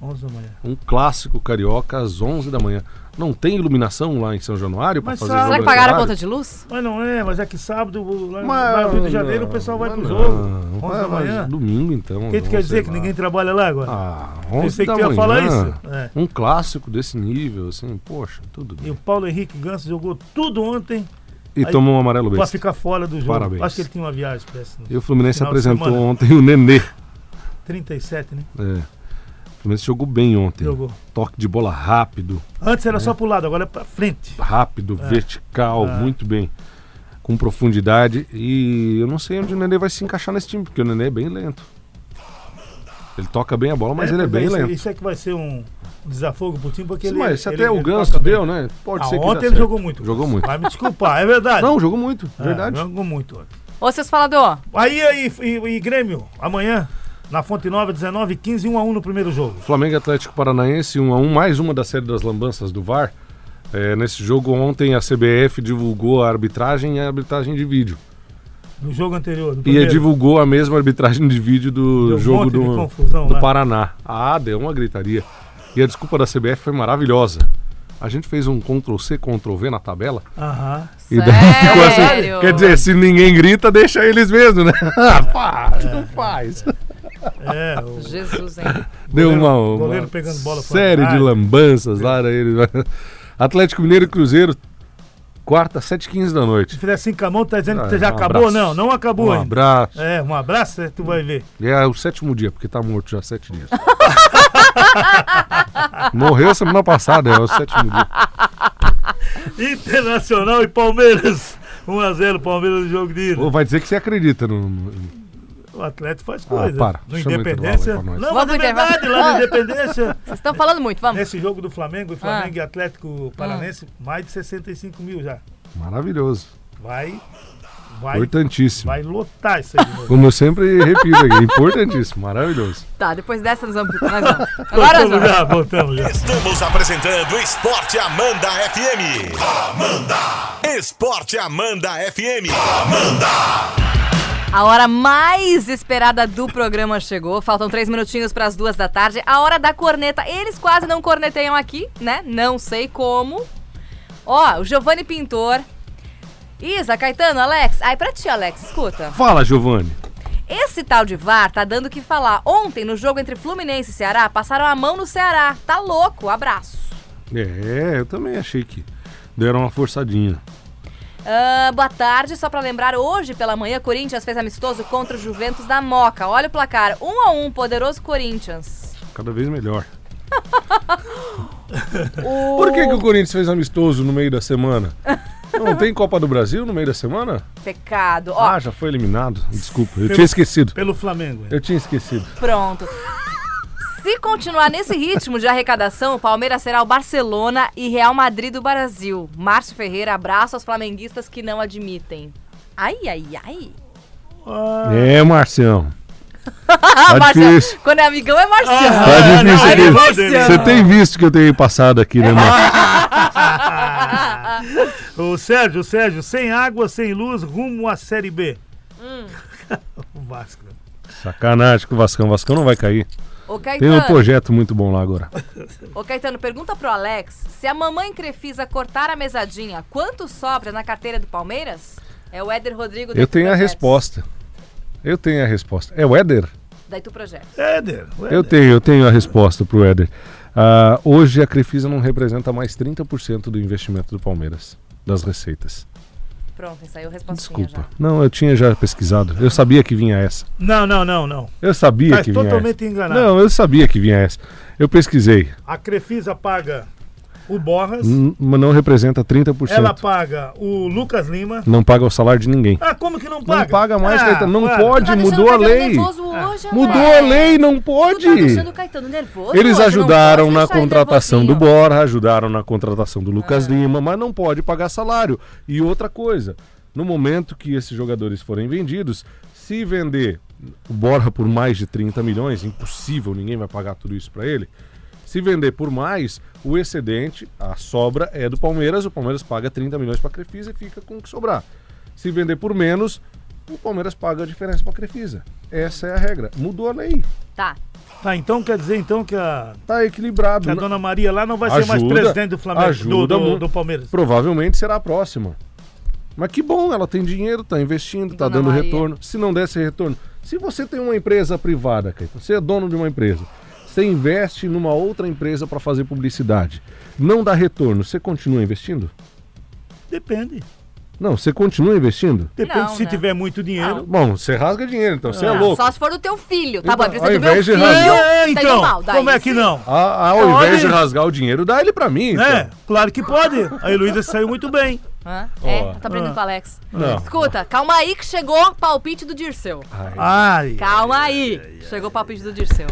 Speaker 4: 11 da manhã.
Speaker 5: Um clássico carioca às 11 da manhã. Não tem iluminação lá em São Januário para
Speaker 4: Mas
Speaker 5: fazer
Speaker 4: sabe-
Speaker 5: jogo
Speaker 1: Será que
Speaker 5: nesse
Speaker 1: pagaram a
Speaker 5: horário?
Speaker 1: conta de luz?
Speaker 4: Mas não é, mas é que sábado, lá no-
Speaker 5: Mas-
Speaker 4: lá no Rio de Janeiro, o pessoal vai
Speaker 5: mas
Speaker 4: pro
Speaker 5: não.
Speaker 4: jogo. 11
Speaker 5: Vai-
Speaker 4: da
Speaker 5: vai
Speaker 4: manhã.
Speaker 5: Domingo, então.
Speaker 4: O que tu quer dizer? Que ninguém trabalha lá agora?
Speaker 5: Ah,
Speaker 4: Eu
Speaker 5: 11
Speaker 4: sei que
Speaker 5: da
Speaker 4: tu ia
Speaker 5: manhã.
Speaker 4: falar isso. É.
Speaker 5: Um clássico desse nível, assim, poxa, tudo
Speaker 4: E
Speaker 5: bem.
Speaker 4: o Paulo Henrique Ganso jogou tudo ontem
Speaker 5: E
Speaker 4: Aí-
Speaker 5: tomou um amarelo
Speaker 4: pra
Speaker 5: besta.
Speaker 4: ficar fora do jogo.
Speaker 5: Parabéns.
Speaker 4: Acho que ele tinha uma viagem né? péssima.
Speaker 5: E o Fluminense
Speaker 4: Final de
Speaker 5: apresentou
Speaker 4: semana.
Speaker 5: ontem o Nenê.
Speaker 4: 37, né?
Speaker 5: É. O Fluminense jogou bem ontem.
Speaker 4: Jogou.
Speaker 5: Toque de bola rápido,
Speaker 4: Antes era só pro lado, agora é pra frente.
Speaker 5: rápido, vertical,
Speaker 4: É.
Speaker 5: muito bem. Com profundidade. E eu não sei onde o Nenê vai se encaixar nesse time, porque o Nenê é bem lento. Ele toca bem a bola, mas ele é bem
Speaker 4: isso,
Speaker 5: lento.
Speaker 4: Isso é que vai ser um desafogo pro time, porque
Speaker 5: Sim,
Speaker 4: ele. é.
Speaker 5: mas se
Speaker 4: ele-
Speaker 5: até o
Speaker 4: ele
Speaker 5: Ganso
Speaker 4: toca bem.
Speaker 5: deu, né? Pode
Speaker 4: Ah,
Speaker 5: ser que
Speaker 4: ontem
Speaker 5: dá
Speaker 4: ele
Speaker 5: certo.
Speaker 4: jogou muito.
Speaker 5: Jogou muito.
Speaker 4: Vai me desculpar, é verdade.
Speaker 5: Não, jogou muito, verdade.
Speaker 4: É, jogou muito ontem.
Speaker 1: Ô, seus falador,
Speaker 4: Aí, aí e, e Grêmio, amanhã, na Fonte Nova, 19 15 1 a 1 no primeiro jogo.
Speaker 5: Flamengo e Atlético Paranaense, 1 a 1 mais uma da série das lambanças do VAR. É, nesse jogo ontem a CBF divulgou a arbitragem e a arbitragem de vídeo.
Speaker 4: No jogo anterior. No
Speaker 5: E
Speaker 4: primeiro.
Speaker 5: divulgou a mesma arbitragem de vídeo do
Speaker 4: Deu um
Speaker 5: jogo
Speaker 4: monte de
Speaker 5: do,
Speaker 4: confusão
Speaker 5: do
Speaker 4: lá.
Speaker 5: Paraná. Ah, deu uma gritaria. E a desculpa da CBF foi maravilhosa. A gente fez um Ctrl-C, Ctrl-V na tabela.
Speaker 4: Aham.
Speaker 5: E daí ficou
Speaker 1: Sério?
Speaker 5: assim. Quer dizer, se ninguém grita, deixa eles mesmo, né? Ah, pá, não faz.
Speaker 4: É, o-
Speaker 1: Jesus, hein?
Speaker 5: Deu
Speaker 4: Goleiro-
Speaker 5: uma, uma
Speaker 4: goleiro pegando bola fora
Speaker 5: série
Speaker 4: da
Speaker 5: de
Speaker 4: área.
Speaker 5: lambanças lá. né, Ele... Atlético Mineiro e Cruzeiro, quarta, 7h15 da
Speaker 4: se
Speaker 5: noite.
Speaker 4: fizer assim com a mão, tá dizendo
Speaker 5: Ah,
Speaker 4: que já
Speaker 5: um
Speaker 4: acabou?
Speaker 5: abraço.
Speaker 4: Não, não acabou
Speaker 5: Um
Speaker 4: ainda.
Speaker 5: abraço.
Speaker 4: É, um abraço, é, tu vai ver.
Speaker 5: E é o sétimo dia, porque tá morto já há sete dias. Morreu semana passada, é o sétimo dia.
Speaker 4: Internacional e Palmeiras. 1x0 Palmeiras no jogo de ida.
Speaker 5: Ou vai dizer que você acredita no. no-
Speaker 4: O Atlético faz coisa.
Speaker 5: Ah, para.
Speaker 4: No
Speaker 5: Chama o
Speaker 4: Independência.
Speaker 5: intervalo aí pra nós.
Speaker 4: Não,
Speaker 1: Vamos
Speaker 4: mas
Speaker 1: pro
Speaker 4: é verdade,
Speaker 1: intervalo.
Speaker 4: lá no
Speaker 1: Ah.
Speaker 4: Independência.
Speaker 1: Vocês estão falando muito,
Speaker 5: É.
Speaker 1: vamos.
Speaker 4: Nesse jogo do Flamengo,
Speaker 1: Ah.
Speaker 4: Flamengo e Atlético Paranense, mais de 65 mil já.
Speaker 5: Maravilhoso.
Speaker 4: Vai. Vai.
Speaker 5: Importantíssimo.
Speaker 4: Vai lotar isso aí. de novo.
Speaker 5: Como eu sempre repito aqui, importantíssimo, maravilhoso.
Speaker 1: Tá, depois dessa nós vamos. Nós vamos. Agora nós
Speaker 4: Voltamos
Speaker 1: vamos.
Speaker 4: já, voltamos já.
Speaker 3: Estamos apresentando Esporte Amanda FM. Amanda! Esporte Amanda FM.
Speaker 1: A hora mais esperada do programa chegou. Faltam três minutinhos para as duas da tarde. A hora da corneta. Eles quase não corneteiam aqui, né? Não sei como. Ó, o Giovanni Pintor. Isa, Caetano, Alex. Aí pra ti, Alex, escuta.
Speaker 5: Fala, Giovanni.
Speaker 1: Esse tal de VAR tá dando o que falar. Ontem, no jogo entre Fluminense e Ceará, passaram a mão no Ceará. Tá louco, abraço.
Speaker 5: É, eu também achei que deram uma forçadinha.
Speaker 1: Ah, boa tarde, só pra lembrar, hoje pela manhã, Corinthians fez amistoso contra o Juventus da Moca. Olha o placar, 1 a 1 poderoso Corinthians.
Speaker 5: Cada vez melhor.
Speaker 1: O-
Speaker 5: Por que, que o Corinthians fez amistoso no meio da semana? Não tem Copa do Brasil no meio da semana?
Speaker 1: Pecado. Ó,
Speaker 5: Ah, já foi eliminado. Desculpa, eu tinha esquecido.
Speaker 4: Pelo Flamengo. é.
Speaker 5: Eu tinha esquecido.
Speaker 1: pronto. Se continuar nesse ritmo de arrecadação, o Palmeiras será o Barcelona e Real Madrid do Brasil. Márcio Ferreira, abraço aos flamenguistas que não admitem. Ai, ai, ai.
Speaker 4: Ah,
Speaker 5: É, Marcião.
Speaker 1: Ah,
Speaker 5: Tá difícil.
Speaker 1: Quando é amigão, é Marciano.
Speaker 5: Tá
Speaker 4: Ah, não,
Speaker 5: difícil,
Speaker 4: aí
Speaker 5: hein?
Speaker 4: é Marciano.
Speaker 5: Você tem visto que eu tenho passado aqui, né, Marcião?
Speaker 4: O Sérgio, Sérgio, sem água, sem luz, rumo à Série B.
Speaker 1: Hum.
Speaker 4: o Vasco.
Speaker 5: Sacanagem com o Vascão. O Vascão não vai cair.
Speaker 1: Ô,
Speaker 5: Tem
Speaker 1: Caetano,
Speaker 5: um projeto muito bom lá agora.
Speaker 1: ô, Caetano, pergunta pro Alex se a mamãe Crefisa cortar a mesadinha, quanto sobra na carteira do Palmeiras? É o Éder Rodrigo. da
Speaker 5: Eu tenho a
Speaker 1: Projetos.
Speaker 5: resposta. Eu tenho a resposta. É o Éder?
Speaker 1: Daí tu projeto.
Speaker 4: Éder. o
Speaker 5: Eu
Speaker 4: Éder.
Speaker 5: tenho, eu tenho a resposta pro Éder. Ah, hoje a Crefisa não representa mais 30% do investimento do Palmeiras, das receitas.
Speaker 1: Pronto, saiu a resposta.
Speaker 5: Desculpa. Não, eu tinha já pesquisado. Eu sabia que vinha essa.
Speaker 4: Não, não, não, não.
Speaker 5: Eu sabia
Speaker 4: Tá
Speaker 5: que vinha
Speaker 4: totalmente
Speaker 5: essa.
Speaker 4: enganado.
Speaker 5: Não, eu sabia que vinha essa. Eu pesquisei.
Speaker 4: A Crefisa paga o Borras,
Speaker 5: N- Mas não representa 30%.
Speaker 4: ela paga o Lucas Lima.
Speaker 5: Não paga o salário de ninguém.
Speaker 4: Ah, como que não paga?
Speaker 5: Não paga mais,
Speaker 4: Ah,
Speaker 5: Caetano. Não
Speaker 4: para.
Speaker 1: Tá
Speaker 5: pode, mudou a lei. É. Mudou a lei, não pode.
Speaker 1: Tu tá deixando o Caetano nervoso.
Speaker 5: Eles
Speaker 1: hoje, não
Speaker 5: ajudaram
Speaker 1: pode
Speaker 5: na
Speaker 1: deixar ele Ah.
Speaker 5: contratação do
Speaker 1: nervosinho.
Speaker 5: Borra, ajudaram na contratação do Lucas Lima, mas não pode pagar salário. E outra coisa, no momento que esses jogadores forem vendidos, se vender o Borra por mais de 30 milhões, impossível, ninguém vai pagar tudo isso pra ele. Se vender por mais, o excedente, a sobra é do Palmeiras, o Palmeiras paga 30 milhões pra Crefisa e fica com o que sobrar. Se vender por menos, o Palmeiras paga a diferença para a Crefisa. Essa é a regra. Mudou a lei.
Speaker 1: Tá.
Speaker 4: Tá, então quer dizer então que a,
Speaker 5: Tá equilibrado.
Speaker 4: que a
Speaker 5: Não-
Speaker 4: dona Maria lá não vai ser mais
Speaker 5: Ajuda,
Speaker 4: presidente do Flamengo, do,
Speaker 5: ajuda
Speaker 4: do-
Speaker 5: muito.
Speaker 4: do Palmeiras.
Speaker 5: Provavelmente será a próxima. Mas que bom, ela tem dinheiro, tá investindo, tá
Speaker 1: Dona
Speaker 5: dando
Speaker 1: Maria.
Speaker 5: retorno. Se não desse retorno, se você tem uma empresa privada, Caetano, você é dono de uma empresa, você investe numa outra empresa para fazer publicidade, não dá retorno, você continua investindo?
Speaker 4: Depende.
Speaker 5: Não, você continua investindo?
Speaker 4: Depende
Speaker 1: Não,
Speaker 4: se
Speaker 1: né?
Speaker 4: tiver muito dinheiro.
Speaker 5: Bom, você rasga dinheiro, então você é
Speaker 1: Não,
Speaker 5: louco.
Speaker 1: Ah, Só se for do teu filho. Tá
Speaker 5: Então,
Speaker 1: bom, é por isso
Speaker 5: ao
Speaker 1: que do meu
Speaker 5: invés de
Speaker 1: filho.
Speaker 5: rasgar-
Speaker 1: tá
Speaker 4: É,
Speaker 1: indo
Speaker 4: então,
Speaker 1: mal, daí
Speaker 4: como é
Speaker 1: sim.
Speaker 4: que não?
Speaker 5: Ah, ao
Speaker 4: Olha
Speaker 5: invés de
Speaker 4: aí.
Speaker 5: rasgar o dinheiro, dá ele para mim.
Speaker 4: É,
Speaker 5: então.
Speaker 4: claro que pode. A Heloísa saiu muito bem.
Speaker 1: Hã? É,
Speaker 5: Ó.
Speaker 1: tá aprendendo com o Alex.
Speaker 5: Não.
Speaker 1: Escuta, calma aí que chegou o palpite do Dirceu.
Speaker 4: Ah. Ai.
Speaker 1: Calma aí. Chegou o palpite do Dirceu.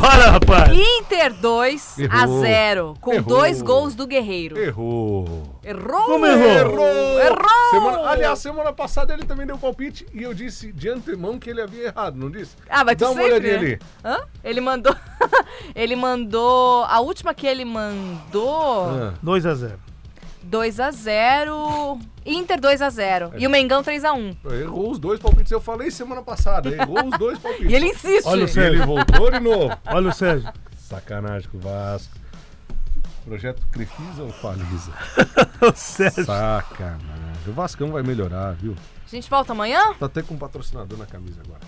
Speaker 4: Para, rapaz.
Speaker 1: Inter 2 a
Speaker 5: Errou.
Speaker 1: 0, com
Speaker 5: Errou.
Speaker 1: dois gols do Guerreiro.
Speaker 5: Errou.
Speaker 1: Errou!
Speaker 4: Como errou?
Speaker 5: Errou!
Speaker 1: Errou!
Speaker 5: Semana- aliás, semana passada ele também deu palpite e eu disse de antemão que ele havia errado, não disse?
Speaker 1: Ah, mas tu
Speaker 5: Dá uma
Speaker 1: sempre,
Speaker 5: olhadinha
Speaker 1: né?
Speaker 5: ali.
Speaker 1: Hã? Ele mandou. ele mandou. A última que ele mandou.
Speaker 5: Ah.
Speaker 4: 2 a 0
Speaker 1: 2x0. Inter 2x0.
Speaker 5: É.
Speaker 1: E o Mengão 3x1.
Speaker 5: Ah, Errou os dois palpites, eu falei semana passada, errou os dois palpites.
Speaker 1: E ele insiste.
Speaker 5: Olha o céu, ele voltou de novo.
Speaker 4: Olha o Sérgio.
Speaker 5: Sacanagem com o Vasco. Projeto Crefisa ou Faliza?
Speaker 4: O Sérgio.
Speaker 5: Sacanagem. O Vascão vai melhorar, viu?
Speaker 1: A gente volta amanhã?
Speaker 5: Tá até com um patrocinador na camisa agora.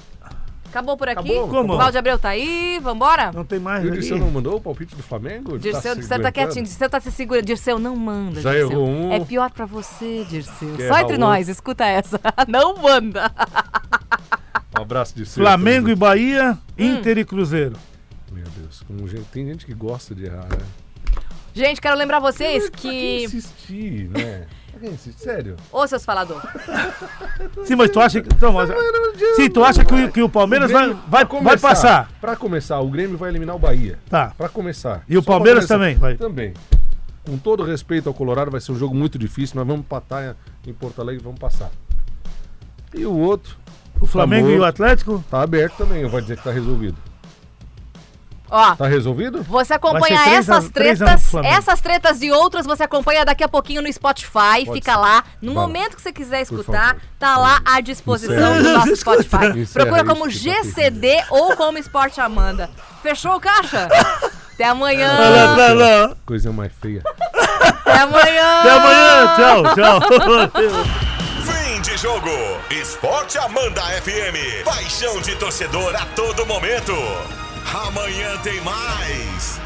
Speaker 1: Acabou por aqui?
Speaker 5: Acabou?
Speaker 4: Como?
Speaker 1: O Valde Abreu tá aí, vambora?
Speaker 4: Não tem mais. né?
Speaker 5: E o
Speaker 4: ali.
Speaker 5: Dirceu não mandou o palpite do Flamengo? Ele
Speaker 1: Dirceu,
Speaker 5: se
Speaker 1: Dirceu tá
Speaker 5: aguentando?
Speaker 1: quietinho, Dirceu tá se segurando. Dirceu, não manda,
Speaker 5: Já
Speaker 1: Dirceu.
Speaker 5: errou um.
Speaker 1: É pior pra você, Dirceu.
Speaker 5: Quer
Speaker 1: Só
Speaker 5: errar um.
Speaker 1: entre
Speaker 5: outro.
Speaker 1: nós, escuta essa. Não manda.
Speaker 5: Um abraço, Dirceu.
Speaker 4: Flamengo e Bahia,
Speaker 1: Hum.
Speaker 4: Inter e Cruzeiro.
Speaker 5: Meu Deus, como gente- tem gente que gosta de errar, né?
Speaker 1: Gente, quero lembrar vocês
Speaker 5: Pra quem
Speaker 1: que...
Speaker 5: insistir, né? Pra quem insistir, sério.
Speaker 1: Ô, seus falador.
Speaker 4: Sim, mas tu acha que. Então, mas- Sim, tu acha que, o- que o Palmeiras
Speaker 5: O
Speaker 4: vai,
Speaker 5: Grêmio,
Speaker 4: vai,
Speaker 5: pra
Speaker 4: vai passar?
Speaker 5: Pra começar, o Grêmio vai eliminar o Bahia. Ah,
Speaker 4: Tá.
Speaker 5: Pra começar.
Speaker 4: E o
Speaker 5: Só pra
Speaker 4: Palmeiras
Speaker 5: começar.
Speaker 4: também, vai.
Speaker 5: Também. Com todo respeito ao Colorado, vai ser um jogo muito difícil. Nós vamos empatar em Porto Alegre, vamos passar. E o outro
Speaker 4: O Flamengo e o
Speaker 5: morto.
Speaker 4: Atlético?
Speaker 5: tá aberto também, eu vou dizer que tá resolvido.
Speaker 1: Ó,
Speaker 5: Tá resolvido?
Speaker 1: Você
Speaker 4: Vai ser
Speaker 1: acompanha
Speaker 4: três a-
Speaker 1: essas
Speaker 4: três a um pro
Speaker 1: tretas,
Speaker 4: Flamengo.
Speaker 1: essas tretas e outras você acompanha daqui a pouquinho no Spotify,
Speaker 5: Pode
Speaker 1: fica
Speaker 5: ser.
Speaker 1: lá. No
Speaker 5: Vai lá.
Speaker 1: momento que você quiser
Speaker 5: Por
Speaker 1: escutar,
Speaker 5: favor.
Speaker 1: tá lá à disposição
Speaker 5: Encerra.
Speaker 1: do nosso
Speaker 4: Escuta.
Speaker 1: Spotify.
Speaker 5: Encerra
Speaker 1: Procura
Speaker 5: isso,
Speaker 1: como
Speaker 5: que tá
Speaker 1: GCD ou como Esporte Amanda. Fechou o caixa? Até amanhã!
Speaker 4: Não, não, não.
Speaker 5: Coisa mais feia.
Speaker 1: Até amanhã!
Speaker 4: Até
Speaker 1: Ah!
Speaker 4: amanhã. Tchau, tchau.
Speaker 3: Fim de jogo. Esporte Amanda FM. Paixão de torcedor a todo momento. Amanhã tem mais.